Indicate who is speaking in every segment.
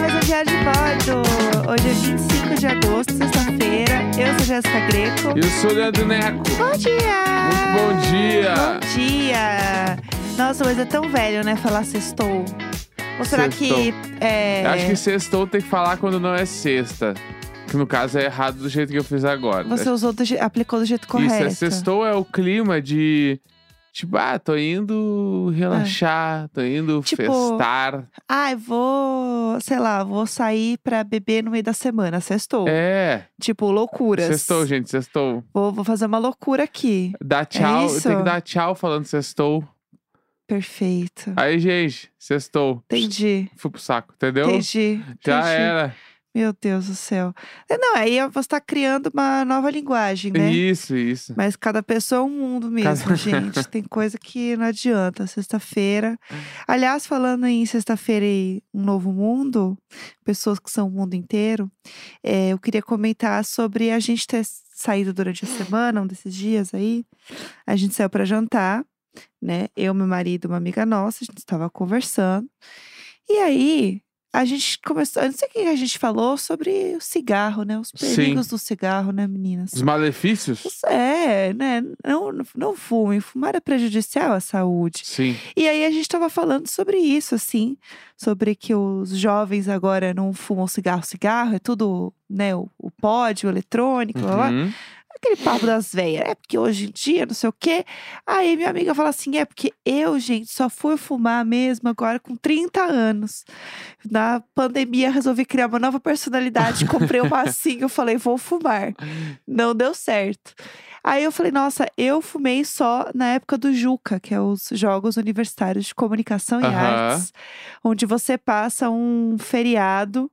Speaker 1: mais um Viagem de Bordo. Hoje é 25 de agosto, sexta-feira. Eu sou Jéssica Greco.
Speaker 2: Eu sou o Leandro Neco.
Speaker 1: Bom dia!
Speaker 2: Muito bom dia!
Speaker 1: Bom dia! Nossa, mas é tão velho, né? Falar sextou. Ou será
Speaker 2: Sextou.
Speaker 1: que. É...
Speaker 2: Eu Acho que sextou tem que falar quando não é sexta. Que no caso é errado do jeito que eu fiz agora.
Speaker 1: Você usou do je- aplicou do jeito
Speaker 2: Isso,
Speaker 1: correto.
Speaker 2: é sextou é o clima de. Tipo, ah, tô indo relaxar, tô indo
Speaker 1: Tipo,
Speaker 2: festar.
Speaker 1: Ai, vou, sei lá, vou sair pra beber no meio da semana. Sextou.
Speaker 2: É,
Speaker 1: Tipo, loucuras.
Speaker 2: sextou, gente, sextou.
Speaker 1: Vou, vou fazer uma loucura aqui.
Speaker 2: Dá tchau,
Speaker 1: É isso?
Speaker 2: tem que dar tchau falando sextou.
Speaker 1: Perfeito.
Speaker 2: Aí, gente, sextou.
Speaker 1: Entendi.
Speaker 2: Fui pro saco, entendeu?
Speaker 1: Entendi.
Speaker 2: Já
Speaker 1: entendi.
Speaker 2: era.
Speaker 1: Meu Deus do céu. É, Não, aí você está criando uma nova linguagem, né?
Speaker 2: Isso, isso.
Speaker 1: Mas cada pessoa é um mundo mesmo,
Speaker 2: Cada-
Speaker 1: gente. Tem coisa que não adianta. Sexta-feira. Aliás, falando em sexta-feira e um novo mundo, pessoas que são o mundo inteiro, é, eu queria comentar sobre a gente ter saído durante a semana, um desses dias aí. A gente saiu para jantar, né? Eu, meu marido, uma amiga nossa, a gente estava conversando. E aí. A gente começou, eu não sei o que a gente falou sobre o cigarro, né? Os
Speaker 2: Sim.
Speaker 1: perigos do cigarro, né, meninas?
Speaker 2: Os malefícios?
Speaker 1: Isso É, né? Não, não fumem. Fumar é prejudicial à saúde.
Speaker 2: Sim.
Speaker 1: E aí a gente tava falando sobre isso, assim. Sobre que os jovens agora não fumam cigarro, cigarro. É tudo, né? O, o pódio, o eletrônico, blá, blá.
Speaker 2: Uhum.
Speaker 1: Aquele papo das velhas. É porque hoje em dia, não sei o quê. Aí minha amiga fala assim, é porque eu, gente, só fui fumar mesmo agora com 30 anos. Na pandemia, resolvi criar uma nova personalidade. Comprei um massinho, eu falei, vou fumar. Não deu certo. Aí eu falei, nossa, eu fumei só na época do Juca, que é os Jogos Universitários de Comunicação e
Speaker 2: Aham.
Speaker 1: Artes, onde você passa um feriado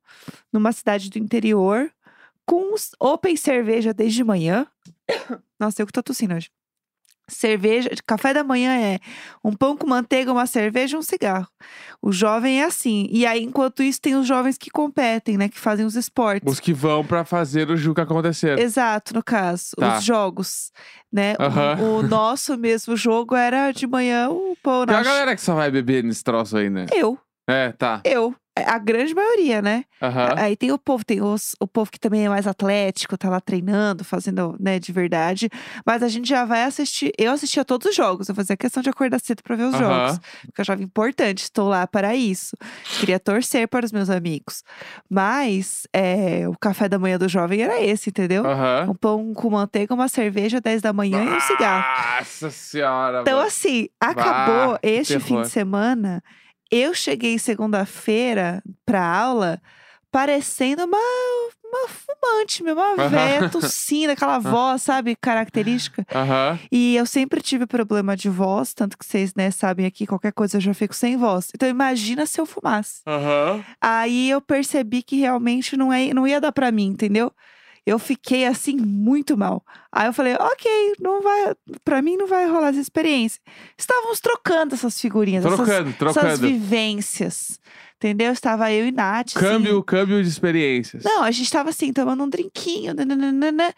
Speaker 1: numa cidade do interior com s- open cerveja desde manhã. Nossa, eu que tô tossindo hoje. Cerveja, café da manhã é um pão com manteiga, uma cerveja e um cigarro. O jovem é assim. E aí, enquanto isso, tem os jovens que competem, né? Que fazem os esportes.
Speaker 2: Os que vão pra fazer o Juca acontecer.
Speaker 1: Exato, no caso,
Speaker 2: Tá.
Speaker 1: os jogos, né? O-
Speaker 2: Aham.
Speaker 1: O, nosso mesmo jogo era de manhã o pão
Speaker 2: Tem
Speaker 1: na
Speaker 2: a galera que só vai beber nesse troço aí, né?
Speaker 1: Eu,
Speaker 2: É, tá.
Speaker 1: eu. A grande maioria, né?
Speaker 2: Aham.
Speaker 1: Aí tem o povo, tem os, o povo que também é mais atlético, tá lá treinando, fazendo, né, de verdade. Mas a gente já vai assistir. Eu assistia todos os jogos, eu fazia questão de acordar cedo pra ver os
Speaker 2: Aham.
Speaker 1: jogos. Porque eu achava importante, estou lá para isso. Queria torcer para os meus amigos. Mas é, o café da manhã do jovem era esse, entendeu?
Speaker 2: Aham. Ah!
Speaker 1: Um pão com manteiga, uma cerveja, 10 da manhã e um cigarro.
Speaker 2: Nossa senhora.
Speaker 1: Então,
Speaker 2: mano.
Speaker 1: assim, acabou
Speaker 2: Bah, que
Speaker 1: este fim
Speaker 2: terror.
Speaker 1: de semana. Eu cheguei segunda-feira pra aula parecendo uma, uma fumante, mesmo, uma
Speaker 2: Aham.
Speaker 1: véia tossindo, aquela voz, sabe, característica.
Speaker 2: Aham.
Speaker 1: E eu sempre tive problema de voz, tanto que vocês, né, sabem aqui, qualquer coisa eu já fico sem voz. Então, imagina se eu fumasse.
Speaker 2: Aham.
Speaker 1: Aí eu percebi que realmente não, é, não ia dar pra mim, entendeu? Eu fiquei assim muito mal. Aí eu falei, ok, não vai, para mim não vai rolar essa experiência. Estávamos trocando essas figurinhas, essas,
Speaker 2: Trocando,
Speaker 1: essas
Speaker 2: trocando.
Speaker 1: vivências, entendeu? Estava eu e Nath. assim.
Speaker 2: Câmbio, câmbio de experiências.
Speaker 1: Não, a gente estava assim tomando um drinquinho, nananana.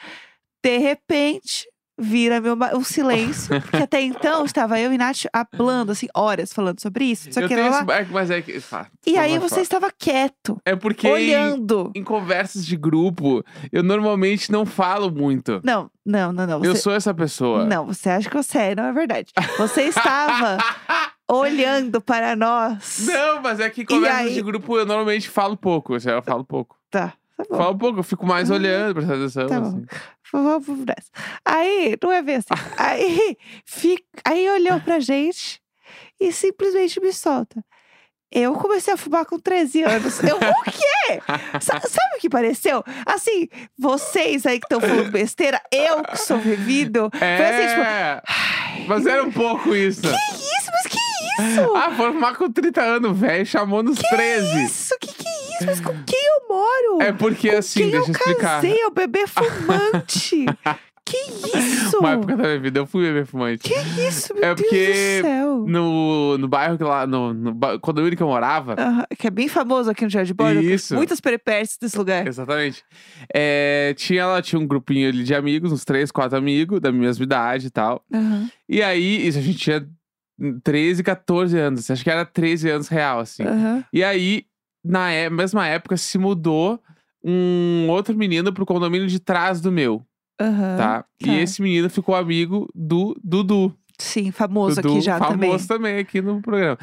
Speaker 1: de repente vira meu ma- um silêncio, porque até então estava eu e Nath hablando assim horas falando sobre isso, só
Speaker 2: Eu
Speaker 1: que
Speaker 2: tenho
Speaker 1: lá.
Speaker 2: esse- é, Mas é que. tá,
Speaker 1: E aí
Speaker 2: vamos
Speaker 1: você
Speaker 2: falar.
Speaker 1: estava quieto,
Speaker 2: É porque em,
Speaker 1: olhando.
Speaker 2: em conversas de grupo, eu normalmente não falo muito.
Speaker 1: Não, não, não, não.
Speaker 2: Eu
Speaker 1: Você...
Speaker 2: sou essa pessoa.
Speaker 1: Não, você acha que você é, não é verdade. Você estava olhando para nós.
Speaker 2: Não, mas é que em conversas
Speaker 1: aí?
Speaker 2: de grupo eu normalmente falo pouco. assim, Eu falo pouco.
Speaker 1: Tá, tá bom.
Speaker 2: Falo pouco, eu fico mais
Speaker 1: Ah,
Speaker 2: olhando, prestando atenção.
Speaker 1: tá bom.
Speaker 2: assim.
Speaker 1: Vamos nessa. Aí, não é bem assim. Aí, fica... aí olhou pra gente e simplesmente me solta. Eu comecei a fumar com 13 anos. Eu, o quê? Sa- sabe o que pareceu? Assim, vocês aí que estão falando besteira, eu que sou bebido. Foi assim, tipo,
Speaker 2: É, mas era um pouco isso.
Speaker 1: que isso? Mas que isso?
Speaker 2: Ah, foram fumar com 30 anos, velho. Chamou nos 13.
Speaker 1: isso? Que que é isso? Mas com quem eu moro?
Speaker 2: É porque assim,
Speaker 1: quem
Speaker 2: deixa
Speaker 1: eu
Speaker 2: eu explicar.
Speaker 1: casei? É o bebê fumante. que isso?
Speaker 2: Uma época da minha vida, eu fui beber fumante.
Speaker 1: Que isso, meu
Speaker 2: É
Speaker 1: Deus
Speaker 2: porque-
Speaker 1: do céu.
Speaker 2: No, no bairro que lá, no, no ba- condomínio que eu morava.
Speaker 1: Aham, que é bem famoso aqui no Jardim de Bordo.
Speaker 2: Isso.
Speaker 1: Muitas peripécias desse lugar.
Speaker 2: Exatamente. É, tinha lá, tinha um grupinho ali de amigos, uns três, quatro amigos da mesma idade e tal.
Speaker 1: Aham,
Speaker 2: E aí, isso a gente
Speaker 1: É.
Speaker 2: tinha 13, 14 anos. Acho que era 13 anos real, assim.
Speaker 1: aham.
Speaker 2: E aí, na é- mesma época, se mudou um outro menino pro condomínio de trás do meu,
Speaker 1: Aham.
Speaker 2: tá?
Speaker 1: tá.
Speaker 2: E esse menino ficou amigo do Dudu.
Speaker 1: Sim, famoso
Speaker 2: Dudu,
Speaker 1: aqui já também.
Speaker 2: famoso também. aqui no programa.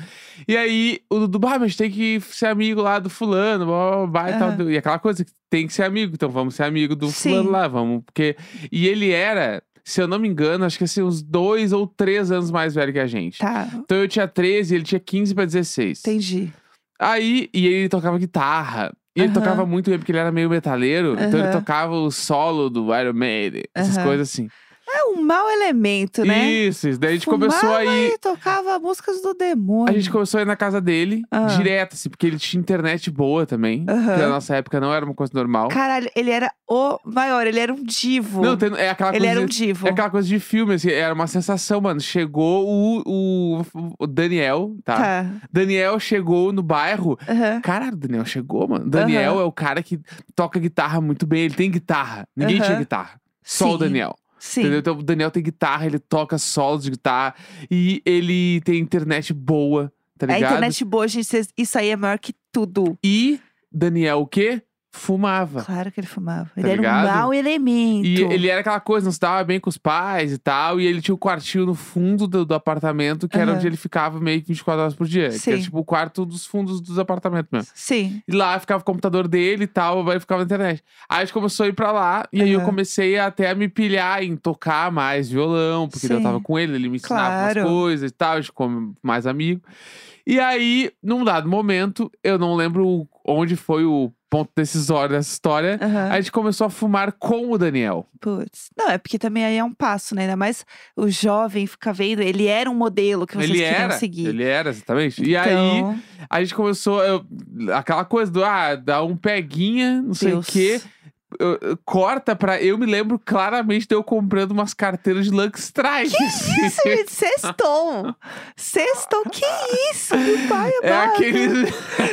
Speaker 2: E aí, o Dudu, bah, mas tem que ser amigo lá do fulano, blá, blá, blá, e
Speaker 1: Aham.
Speaker 2: tal. E aquela coisa, que tem que ser amigo, então vamos ser amigo do
Speaker 1: Sim.
Speaker 2: fulano lá, vamos. Porque... E ele era, se eu não me engano, acho que assim, uns dois ou três anos mais velho que a gente.
Speaker 1: Tá,
Speaker 2: Então eu tinha 13 e ele tinha 15 pra 16.
Speaker 1: entendi.
Speaker 2: Aí, e ele tocava guitarra. E ele
Speaker 1: Aham.
Speaker 2: tocava muito bem, porque ele era meio metaleiro. Então ele
Speaker 1: Aham. tocava
Speaker 2: tocava o solo do Iron Maiden, essas
Speaker 1: Aham.
Speaker 2: coisas assim.
Speaker 1: É um mau elemento, né?
Speaker 2: Isso, isso. Daí a gente começou a
Speaker 1: Fumava
Speaker 2: ir.
Speaker 1: e tocava músicas do demônio.
Speaker 2: A gente começou a ir na casa dele,
Speaker 1: Hum. Ah.
Speaker 2: direto, assim, porque ele tinha internet boa também.
Speaker 1: Aham.
Speaker 2: Que na nossa época não era uma coisa normal.
Speaker 1: Caralho, ele era o maior, ele era um divo.
Speaker 2: Não, tem- é aquela
Speaker 1: ele
Speaker 2: coisa.
Speaker 1: era um divo.
Speaker 2: É aquela coisa de filme, assim, era uma sensação, mano. Chegou o, o, o Daniel, tá?
Speaker 1: Tá.
Speaker 2: Daniel chegou no bairro.
Speaker 1: Aham.
Speaker 2: Caralho, o Daniel chegou, mano. Daniel é o cara que toca guitarra muito bem. Ele tem guitarra. Ninguém
Speaker 1: Aham.
Speaker 2: tinha guitarra. Só
Speaker 1: Sim,
Speaker 2: o Daniel.
Speaker 1: Sim.
Speaker 2: Entendeu? Então o Daniel tem guitarra, ele toca solos de guitarra. E ele tem internet boa, tá
Speaker 1: a
Speaker 2: ligado?
Speaker 1: É internet boa, gente, cês- isso aí é maior que tudo.
Speaker 2: E Daniel o quê? Fumava.
Speaker 1: Claro que ele fumava. Ele era
Speaker 2: Tá. ligado?
Speaker 1: um mau elemento.
Speaker 2: E ele era aquela coisa, não se dava bem com os pais e tal. E ele tinha o quartinho no fundo do, do apartamento, que era
Speaker 1: Aham.
Speaker 2: onde ele ficava meio que 24 horas por dia. Que era
Speaker 1: Sim.
Speaker 2: tipo o quarto dos fundos dos apartamentos mesmo.
Speaker 1: Sim.
Speaker 2: E lá ficava o computador dele e tal, aí ficava na internet. Aí a gente começou a ir pra lá, e aí eu
Speaker 1: Aham.
Speaker 2: comecei até a me pilhar em tocar mais violão, porque daí eu
Speaker 1: Sim.
Speaker 2: tava com ele, ele me ensinava umas
Speaker 1: Claro.
Speaker 2: coisas e tal, a gente ficou mais amigo. E aí, num dado momento, eu não lembro onde foi o ponto decisório dessa história,
Speaker 1: Aham.
Speaker 2: a gente começou a fumar com o Daniel.
Speaker 1: Putz. Não, é porque também aí é um passo, né? Ainda mais o jovem fica vendo. Ele era um modelo que vocês
Speaker 2: ele
Speaker 1: queriam
Speaker 2: era,
Speaker 1: seguir.
Speaker 2: ele era, exatamente. E aí,
Speaker 1: então,
Speaker 2: a gente começou, eu- aquela coisa do, ah, dá um peguinha, não sei o
Speaker 1: Deus.
Speaker 2: quê. eu- eu- corta pra. Eu me lembro claramente de eu comprando umas carteiras de Lux Strike. assim.
Speaker 1: Isso, é gente, sextou. sextou, que isso? Que pai
Speaker 2: É
Speaker 1: amado.
Speaker 2: aquele.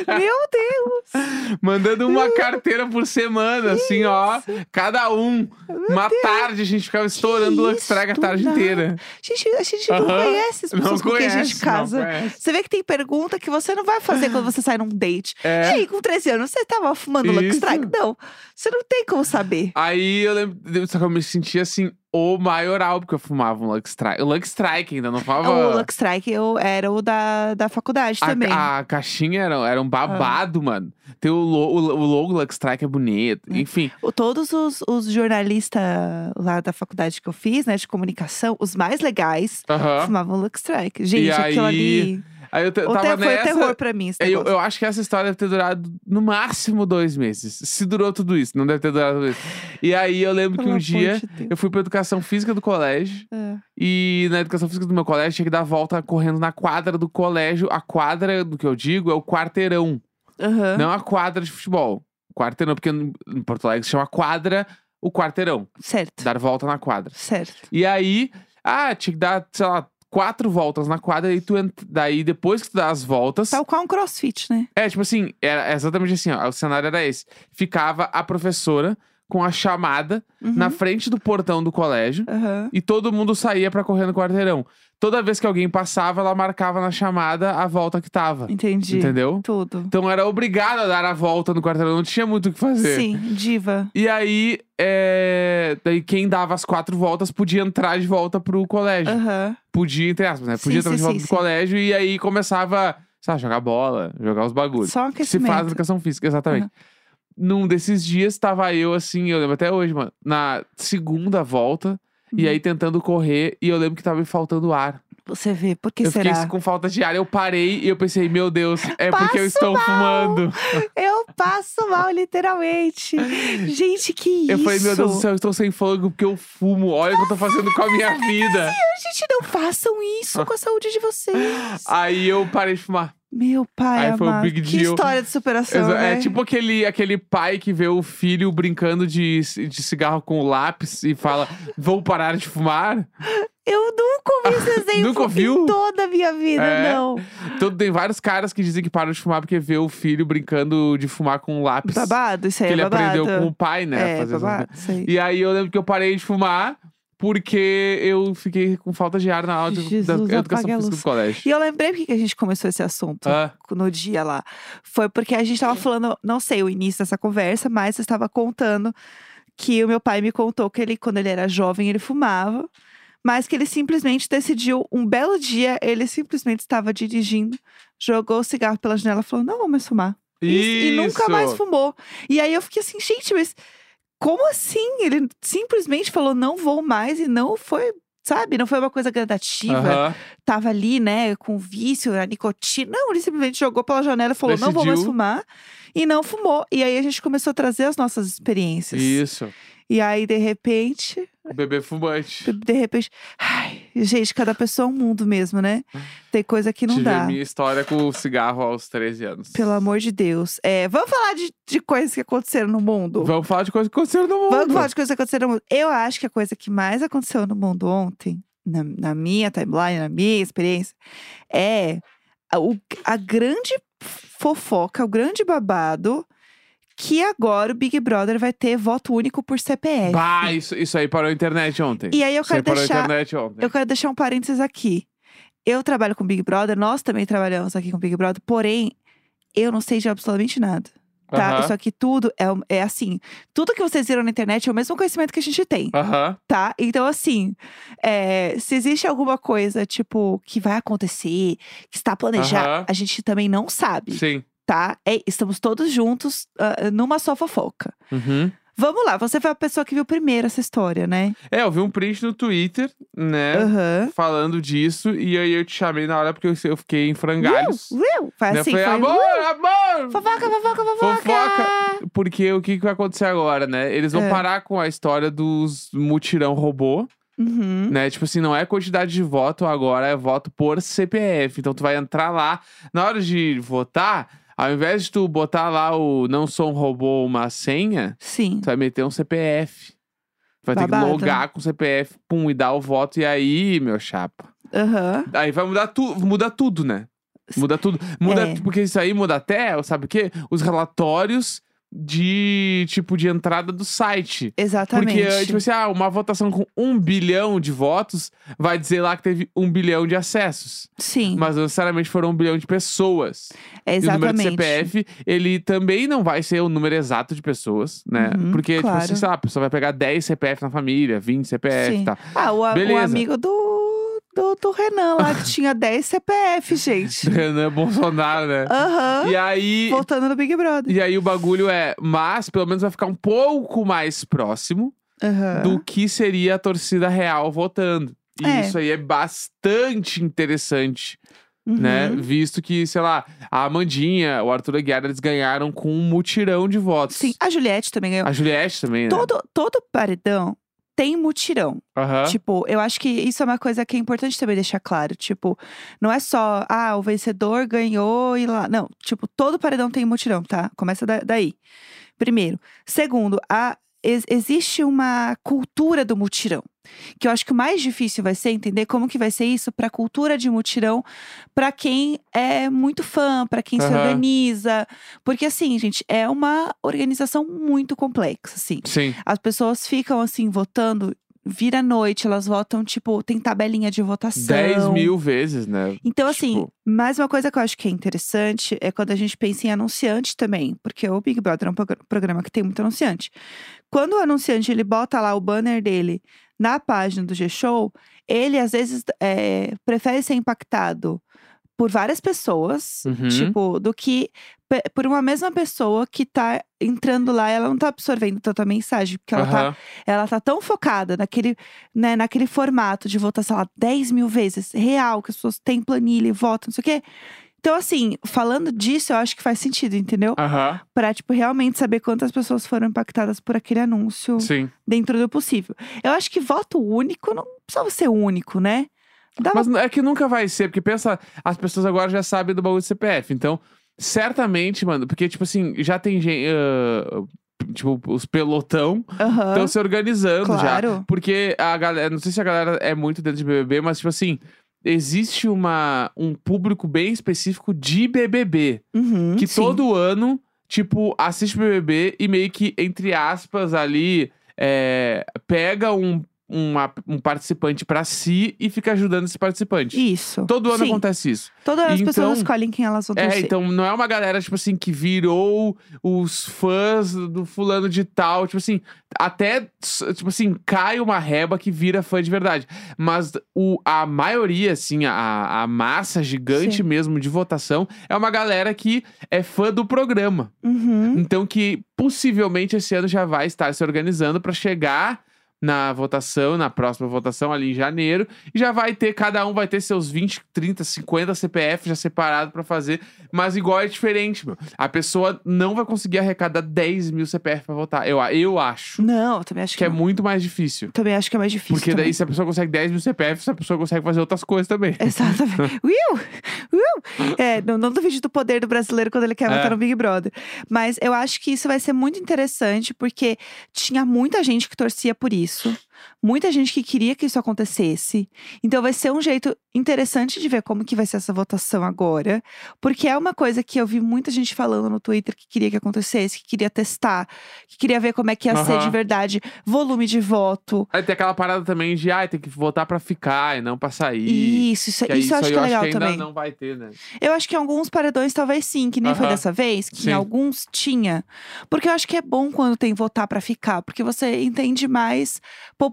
Speaker 1: Meu Deus.
Speaker 2: mandando uma carteira por semana, assim, ó. Cada um. uma tarde a gente ficava estourando Lux
Speaker 1: isso,
Speaker 2: Strike a
Speaker 1: do
Speaker 2: tarde
Speaker 1: nada.
Speaker 2: inteira.
Speaker 1: Gente, a gente não
Speaker 2: Aham.
Speaker 1: conhece as pessoas
Speaker 2: não
Speaker 1: com quem
Speaker 2: conhece,
Speaker 1: a gente casa.
Speaker 2: Não conhece.
Speaker 1: Você vê que tem pergunta que você não vai fazer quando você sai num date.
Speaker 2: É.
Speaker 1: E aí, com 13 anos, você tava fumando
Speaker 2: Isso.
Speaker 1: Lucky Strike? Não. Você não tem como saber.
Speaker 2: Aí eu lembro. Só que eu me sentia assim, o maioral, porque eu fumava um Lux Strike. O Lux Strike ainda não fumava.
Speaker 1: É O Lucky Strike eu, era o da, da faculdade
Speaker 2: Ah, A,
Speaker 1: também.
Speaker 2: a caixinha era, era um babado, mano. Tem o, lo- o, o logo Lux Strike é bonito. Enfim.
Speaker 1: O- Todos os, os jornalistas lá da faculdade que eu fiz, né, de comunicação, os mais legais,
Speaker 2: Aham.
Speaker 1: fumavam Lucky Strike. Gente, aquilo
Speaker 2: aí,
Speaker 1: ali.
Speaker 2: Aí eu t-
Speaker 1: Ou
Speaker 2: tava
Speaker 1: até foi
Speaker 2: nessa.
Speaker 1: terror pra mim. Esse
Speaker 2: Eu,
Speaker 1: negócio.
Speaker 2: eu acho que essa história deve ter durado no máximo dois meses. Se durou tudo isso, não deve ter durado tudo isso. E aí eu lembro que
Speaker 1: Pelo
Speaker 2: um
Speaker 1: amor
Speaker 2: dia
Speaker 1: de Deus.
Speaker 2: eu fui pra educação física do colégio.
Speaker 1: É.
Speaker 2: E na educação física do meu colégio tinha que dar volta correndo na quadra do colégio. A quadra, do que eu digo, é o quarteirão.
Speaker 1: Aham.
Speaker 2: Não a quadra de futebol. Quarteirão, porque em em Porto Alegre se chama quadra o quarteirão.
Speaker 1: Certo.
Speaker 2: Dar volta na quadra.
Speaker 1: Certo.
Speaker 2: E aí, ah, tinha que dar, sei lá, quatro voltas na quadra. E tu ent... Daí depois que tu dá as voltas.
Speaker 1: Tal qual um crossfit, né?
Speaker 2: É, tipo assim, era exatamente assim, ó. O cenário era esse. Ficava a professora com a chamada
Speaker 1: Uhum.
Speaker 2: na frente do portão do colégio
Speaker 1: Aham.
Speaker 2: e todo mundo saía pra correr no quarteirão. Toda vez que alguém passava, ela marcava na chamada a volta que tava.
Speaker 1: Entendi.
Speaker 2: Entendeu?
Speaker 1: Tudo.
Speaker 2: Então era obrigada a dar a volta no quarteirão, não tinha muito o que fazer.
Speaker 1: Sim, diva.
Speaker 2: E aí, é, daí quem dava as quatro voltas podia entrar de volta pro colégio.
Speaker 1: Aham.
Speaker 2: Podia, entre aspas, né?
Speaker 1: Sim,
Speaker 2: Podia entrar
Speaker 1: sim,
Speaker 2: de volta
Speaker 1: sim,
Speaker 2: pro
Speaker 1: sim.
Speaker 2: colégio e aí começava, sei lá, jogar bola, jogar os bagulhos.
Speaker 1: Só um
Speaker 2: que se faz
Speaker 1: aquecimento.
Speaker 2: educação física, exatamente.
Speaker 1: Aham.
Speaker 2: Num desses dias, tava eu assim, eu lembro até hoje, mano, na segunda volta, e
Speaker 1: Uhum.
Speaker 2: aí tentando correr, e eu lembro que tava me faltando ar.
Speaker 1: Você vê, por que
Speaker 2: eu
Speaker 1: será?
Speaker 2: fiquei com falta de ar, eu parei e eu pensei, meu Deus, é porque eu
Speaker 1: Passo
Speaker 2: estou
Speaker 1: mal.
Speaker 2: fumando.
Speaker 1: Eu passo mal, literalmente. Gente, que
Speaker 2: Eu
Speaker 1: isso?
Speaker 2: falei, meu Deus do céu, eu estou sem fôlego porque eu fumo, olha o que eu tô fazendo com a minha vida.
Speaker 1: Gente, não façam isso com a saúde de vocês.
Speaker 2: Aí eu parei de fumar.
Speaker 1: Meu pai
Speaker 2: Ah. Aí foi o
Speaker 1: amado,
Speaker 2: big
Speaker 1: que
Speaker 2: deal.
Speaker 1: história de superação,
Speaker 2: Exa-
Speaker 1: né?
Speaker 2: É tipo aquele, aquele pai que vê o filho brincando de, de cigarro com lápis e fala: Vou parar de fumar.
Speaker 1: Eu nunca ouvi esse exemplo
Speaker 2: Nunca ouviu?
Speaker 1: em toda a minha vida,
Speaker 2: É.
Speaker 1: não.
Speaker 2: Então, tem vários caras que dizem que param de fumar porque vê o filho brincando de fumar com lápis.
Speaker 1: Babado, isso
Speaker 2: que
Speaker 1: aí
Speaker 2: ele
Speaker 1: é babado.
Speaker 2: aprendeu com o pai, né?
Speaker 1: é,
Speaker 2: fazer essas
Speaker 1: babado, isso aí.
Speaker 2: coisas. E aí eu lembro que eu parei de fumar, Porque eu fiquei com falta de ar na aula de
Speaker 1: Jesus,
Speaker 2: da educação
Speaker 1: apague a
Speaker 2: física
Speaker 1: luz.
Speaker 2: do colégio.
Speaker 1: E eu lembrei porque que a gente começou esse assunto
Speaker 2: Ah,
Speaker 1: no dia lá. Foi porque a gente tava falando, não sei o início dessa conversa, mas eu estava contando que o meu pai me contou que ele, quando ele era jovem, ele fumava. Mas que ele simplesmente decidiu, um belo dia, ele simplesmente estava dirigindo, jogou o cigarro pela janela e falou: Não vou mais fumar. E, e nunca
Speaker 2: isso.
Speaker 1: mais fumou. E aí eu fiquei assim, gente, mas como assim? Ele simplesmente falou, não vou mais, e não foi, sabe? Não foi uma coisa gradativa.
Speaker 2: Aham.
Speaker 1: Tava ali, né, com vício, a nicotina. Não, ele simplesmente jogou pela janela e falou, não vou mais
Speaker 2: Decidiu.
Speaker 1: fumar. E não fumou. E aí a gente começou a trazer as nossas experiências.
Speaker 2: Isso.
Speaker 1: E aí, de repente,
Speaker 2: O bebê fumante.
Speaker 1: de repente. Ai, gente, cada pessoa é um mundo mesmo, né? Tem coisa que não
Speaker 2: Tive
Speaker 1: dá.
Speaker 2: a minha história com o cigarro aos 13 anos.
Speaker 1: Pelo amor de Deus. É, vamos falar de, de coisas que aconteceram no mundo.
Speaker 2: Vamos falar de coisa que aconteceu no mundo.
Speaker 1: Vamos falar de coisas que aconteceram no mundo. Eu acho que a coisa que mais aconteceu no mundo ontem, na, na minha timeline, na minha experiência, é a, o- a grande fofoca, o grande babado que agora o Big Brother vai ter voto único por CPF.
Speaker 2: Bah, isso, isso aí parou a internet ontem.
Speaker 1: E aí eu
Speaker 2: isso aí
Speaker 1: quero
Speaker 2: parou a
Speaker 1: deixar
Speaker 2: internet ontem.
Speaker 1: eu quero deixar um parênteses aqui. Eu trabalho com Big Brother, nós também trabalhamos aqui com Big Brother, porém, eu não sei de absolutamente nada. Tá?
Speaker 2: Aham.
Speaker 1: Isso aqui tudo é, um- é assim. Tudo que vocês viram na internet é o mesmo conhecimento que a gente tem,
Speaker 2: Aham.
Speaker 1: tá? Então, assim, é, se existe alguma coisa, tipo, que vai acontecer, que está planejada,
Speaker 2: Aham.
Speaker 1: a gente também não sabe,
Speaker 2: Sim.
Speaker 1: tá? É, estamos todos juntos ah, numa só fofoca.
Speaker 2: Uhum.
Speaker 1: Vamos lá, você foi a pessoa que viu primeiro essa história, né?
Speaker 2: É, eu vi um print no Twitter, né?
Speaker 1: Aham.
Speaker 2: Falando disso. E aí eu te chamei na hora porque eu, eu fiquei em frangalhos.
Speaker 1: Uiu, uiu. Foi
Speaker 2: né?
Speaker 1: assim,
Speaker 2: Falei,
Speaker 1: foi.
Speaker 2: amor, amor!
Speaker 1: Fofoca, fofoca, fofoca!
Speaker 2: Fofoca. Porque o que, que vai acontecer agora, né? Eles vão
Speaker 1: É.
Speaker 2: parar com a história dos mutirão robô,
Speaker 1: Uhum.
Speaker 2: né? Tipo assim, não é quantidade de voto agora, é voto por CPF. Então tu vai entrar lá. Na hora de votar, ao invés de tu botar lá o não sou um robô, uma senha,
Speaker 1: Sim.
Speaker 2: tu vai meter um CPF. Tu Vai ter
Speaker 1: Babado. né?
Speaker 2: que logar com o CPF, pum, e dar o voto. E aí, meu chapa.
Speaker 1: Aham.
Speaker 2: Aí vai mudar tudo, muda tudo, né? Muda tudo. Muda,
Speaker 1: É.
Speaker 2: porque isso aí muda até, sabe o quê? Os relatórios de, tipo, de entrada do site.
Speaker 1: Exatamente.
Speaker 2: Porque, eh, tipo assim, ah, uma votação com um bilhão de votos vai dizer lá que teve um bilhão de acessos.
Speaker 1: Sim,
Speaker 2: Mas não necessariamente foram um bilhão de pessoas.
Speaker 1: é
Speaker 2: E o número de
Speaker 1: exatamente.
Speaker 2: CPF, ele também não vai ser o número exato de pessoas, né?
Speaker 1: Uhum,
Speaker 2: Porque,
Speaker 1: claro.
Speaker 2: tipo assim, sei lá, a pessoa vai pegar 10 CPF na família, 20 CPF
Speaker 1: Sim.
Speaker 2: e tal.
Speaker 1: Ah, o, a- o
Speaker 2: Beleza.
Speaker 1: amigo do, do, do Renan lá, que tinha 10 CPF, gente.
Speaker 2: Renan Bolsonaro, né?
Speaker 1: Aham.
Speaker 2: E aí,
Speaker 1: Voltando no Big Brother.
Speaker 2: E aí o bagulho é, mas pelo menos vai ficar um pouco mais próximo
Speaker 1: Aham.
Speaker 2: do que seria a torcida real votando. E
Speaker 1: É.
Speaker 2: isso aí é bastante interessante,
Speaker 1: Uhum.
Speaker 2: né? Visto que, sei lá, a Amandinha, o Arthur Aguiar, eles ganharam com um mutirão de votos.
Speaker 1: Sim, a Juliette também ganhou.
Speaker 2: A Juliette também, né?
Speaker 1: Todo, todo paredão tem mutirão.
Speaker 2: Aham.
Speaker 1: Tipo, eu acho que isso é uma coisa que é importante também deixar claro. Tipo, não é só, ah, o vencedor ganhou e lá. Não, tipo, todo paredão tem mutirão, tá? Começa da- daí. Primeiro. Segundo, a, ex- existe uma cultura do mutirão. Que eu acho que o mais difícil vai ser entender como que vai ser isso pra cultura de mutirão, pra quem é muito fã, pra quem se
Speaker 2: Aham.
Speaker 1: organiza. Porque, assim, gente, é uma organização muito complexa, assim.
Speaker 2: Sim.
Speaker 1: As pessoas ficam assim, votando, vira noite, elas votam, tipo, tem tabelinha de votação.
Speaker 2: 10 mil vezes, né?
Speaker 1: Então, assim,
Speaker 2: Tipo-
Speaker 1: mais uma coisa que eu acho que é interessante é quando a gente pensa em anunciante também, porque o Big Brother é um progr- programa que tem muito anunciante. Quando o anunciante ele bota lá o banner dele na página do G-Show, ele às vezes é, prefere ser impactado por várias pessoas,
Speaker 2: Uhum.
Speaker 1: tipo, do que pe- por uma mesma pessoa que tá entrando lá, ela não tá absorvendo tanta mensagem, porque ela tá
Speaker 2: Aham.
Speaker 1: ela tá tão focada naquele, né, naquele formato de votação lá 10 mil vezes, real, que as pessoas têm planilha e votam, não sei o quê. Então, assim, falando disso, eu acho que faz sentido, entendeu?
Speaker 2: Aham.
Speaker 1: Pra, tipo, realmente saber quantas pessoas foram impactadas por aquele anúncio
Speaker 2: Sim.
Speaker 1: dentro do possível. Eu acho que voto único não precisava ser único, né? Dá
Speaker 2: Mas é que nunca vai ser, porque pensa, as pessoas agora já sabem do bagulho do CPF. Então, certamente, mano, porque, tipo assim, já tem gente. tipo, os pelotão
Speaker 1: um, Aham,
Speaker 2: estão se organizando já.
Speaker 1: claro.
Speaker 2: Porque a galera. Não sei se a galera é muito dentro de BBB, mas, tipo assim. Existe uma, um público bem específico de BBB.
Speaker 1: Uhum,
Speaker 2: Que
Speaker 1: sim.
Speaker 2: todo ano, tipo, assiste BBB e meio que, entre aspas, ali, é, pega um, uma- um participante pra si e fica ajudando esse participante.
Speaker 1: Isso.
Speaker 2: Todo ano
Speaker 1: Sim.
Speaker 2: acontece isso.
Speaker 1: Todas as
Speaker 2: Então-
Speaker 1: pessoas escolhem quem elas vão
Speaker 2: É,
Speaker 1: torcer.
Speaker 2: então não é uma galera, tipo assim, que virou os fãs do fulano de tal. Tipo assim, até, s- tipo assim, cai uma reba que vira fã de verdade. Mas o, a maioria, assim, a, a massa gigante
Speaker 1: Sim.
Speaker 2: mesmo de votação é uma galera que é fã do programa.
Speaker 1: Uhum.
Speaker 2: Então que possivelmente esse ano já vai estar se organizando pra chegar na votação, na próxima votação ali em janeiro, e já vai ter cada um vai ter seus 20, 30, 50 CPF já separado pra fazer, mas igual é diferente, meu. A pessoa não vai conseguir arrecadar 10 mil CPF pra votar. Eu, a- eu acho
Speaker 1: Não, eu também acho que,
Speaker 2: que é
Speaker 1: não.
Speaker 2: muito mais difícil.
Speaker 1: Também acho que é mais difícil.
Speaker 2: Porque
Speaker 1: também.
Speaker 2: daí, se a pessoa consegue 10 mil CPF, essa pessoa consegue fazer outras coisas também.
Speaker 1: É. Exatamente. Will! Will! É, não, não duvide do poder do brasileiro quando ele quer
Speaker 2: É.
Speaker 1: votar no Big Brother. Mas eu acho que isso vai ser muito interessante, porque tinha muita gente que torcia por isso. Muita gente que queria que isso acontecesse. Então vai ser um jeito interessante de ver como que vai ser essa votação agora. Porque é uma coisa que eu vi muita gente falando no Twitter que queria que acontecesse, que queria testar, que queria ver como é que ia ser
Speaker 2: Aham.
Speaker 1: de verdade. Volume de voto.
Speaker 2: Aí tem aquela parada também de, ai, tem que votar pra ficar e não pra sair.
Speaker 1: Isso, isso,
Speaker 2: Que aí
Speaker 1: isso eu acho
Speaker 2: aí
Speaker 1: que é
Speaker 2: eu
Speaker 1: legal
Speaker 2: acho que ainda
Speaker 1: também.
Speaker 2: não vai ter, né?
Speaker 1: Eu acho que em alguns paredões talvez sim, que nem foi
Speaker 2: Aham.
Speaker 1: dessa vez, que
Speaker 2: Sim.
Speaker 1: em alguns tinha. Porque eu acho que é bom quando tem votar pra ficar, porque você entende mais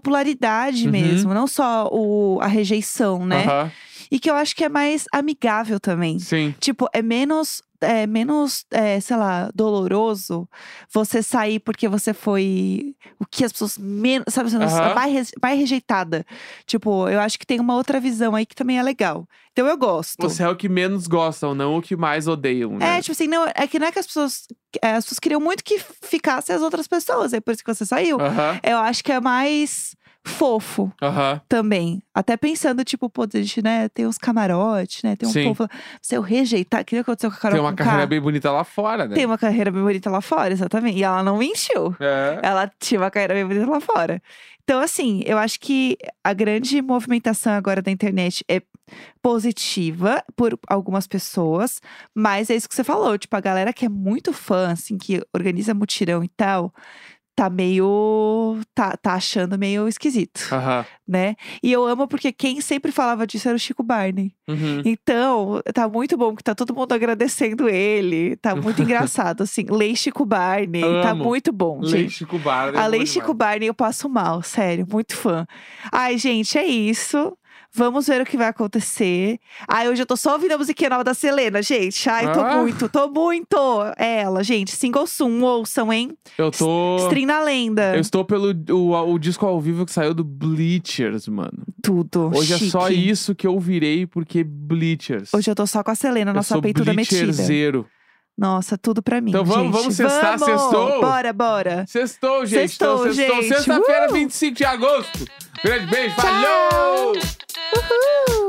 Speaker 1: popularidade
Speaker 2: Uhum.
Speaker 1: mesmo, não só o, a rejeição, né?
Speaker 2: Aham.
Speaker 1: E que eu acho que é mais amigável também.
Speaker 2: Sim.
Speaker 1: Tipo, é menos, é menos, é, sei lá, doloroso você sair porque você foi o que as pessoas menos, sabe, você não-
Speaker 2: Aham.
Speaker 1: vai, re- vai rejeitada. Tipo, eu acho que tem uma outra visão aí que também é legal. Então eu gosto.
Speaker 2: Você é o que menos gostam, não o que mais odeiam, né?
Speaker 1: É, tipo assim, não, é que não é que as pessoas. é, as pessoas queriam muito que ficassem as outras pessoas, é por isso que você saiu.
Speaker 2: Aham,
Speaker 1: Eu acho que é mais fofo
Speaker 2: aham.
Speaker 1: também. Até pensando, tipo, pô, a gente, né, tem uns camarotes, né? Tem um
Speaker 2: Sim.
Speaker 1: povo. lá. Se eu rejeitar, que nem aconteceu com a Carol
Speaker 2: Tem uma
Speaker 1: Conká.
Speaker 2: carreira bem bonita lá fora, né?
Speaker 1: Tem uma carreira bem bonita lá fora, exatamente. E ela não mentiu.
Speaker 2: É.
Speaker 1: Ela tinha uma carreira bem bonita lá fora. Então, assim, eu acho que a grande movimentação agora da internet é positiva por algumas pessoas, mas é isso que você falou, tipo, a galera que é muito fã, assim, que organiza mutirão e tal, tá meio. tá, tá achando meio esquisito,
Speaker 2: Aham.
Speaker 1: né? E eu amo porque quem sempre falava disso era o Chico Barney.
Speaker 2: Uhum.
Speaker 1: Então, tá muito bom que tá todo mundo agradecendo ele. Tá muito engraçado, assim. Lei Chico Barney, tá
Speaker 2: Amo.
Speaker 1: muito bom, gente.
Speaker 2: Leite Chico Barney.
Speaker 1: A
Speaker 2: é
Speaker 1: Lei
Speaker 2: bom
Speaker 1: Chico Barney eu passo mal, sério, muito fã. Ai, gente, é isso. Vamos ver o que vai acontecer. Ai, hoje eu tô só ouvindo a musiquinha nova da Selena, gente. Ai, tô
Speaker 2: Ah.
Speaker 1: muito, tô muito. É ela, gente. Single Sum, ouçam, hein?
Speaker 2: demais. Eu tô.
Speaker 1: String na lenda.
Speaker 2: Eu estou pelo o, o disco ao vivo que saiu do Bleachers, mano.
Speaker 1: Tudo.
Speaker 2: Hoje é só
Speaker 1: chique.
Speaker 2: isso que eu virei, porque Bleachers.
Speaker 1: Hoje eu tô só com a Selena,
Speaker 2: eu
Speaker 1: nossa
Speaker 2: sou
Speaker 1: peito da metida.
Speaker 2: Bleacherzeiro.
Speaker 1: Nossa, tudo pra mim.
Speaker 2: Então vamos-
Speaker 1: gente.
Speaker 2: vamos cestar,
Speaker 1: Vamos!
Speaker 2: sextou?
Speaker 1: Bora, bora.
Speaker 2: Sextou, gente.
Speaker 1: Sextou,
Speaker 2: então, sextou.
Speaker 1: gente.
Speaker 2: Sexta-feira,
Speaker 1: Uh!
Speaker 2: 25 de agosto. Grande beijo.
Speaker 1: Tchau!
Speaker 2: Valeu!
Speaker 1: Uhul!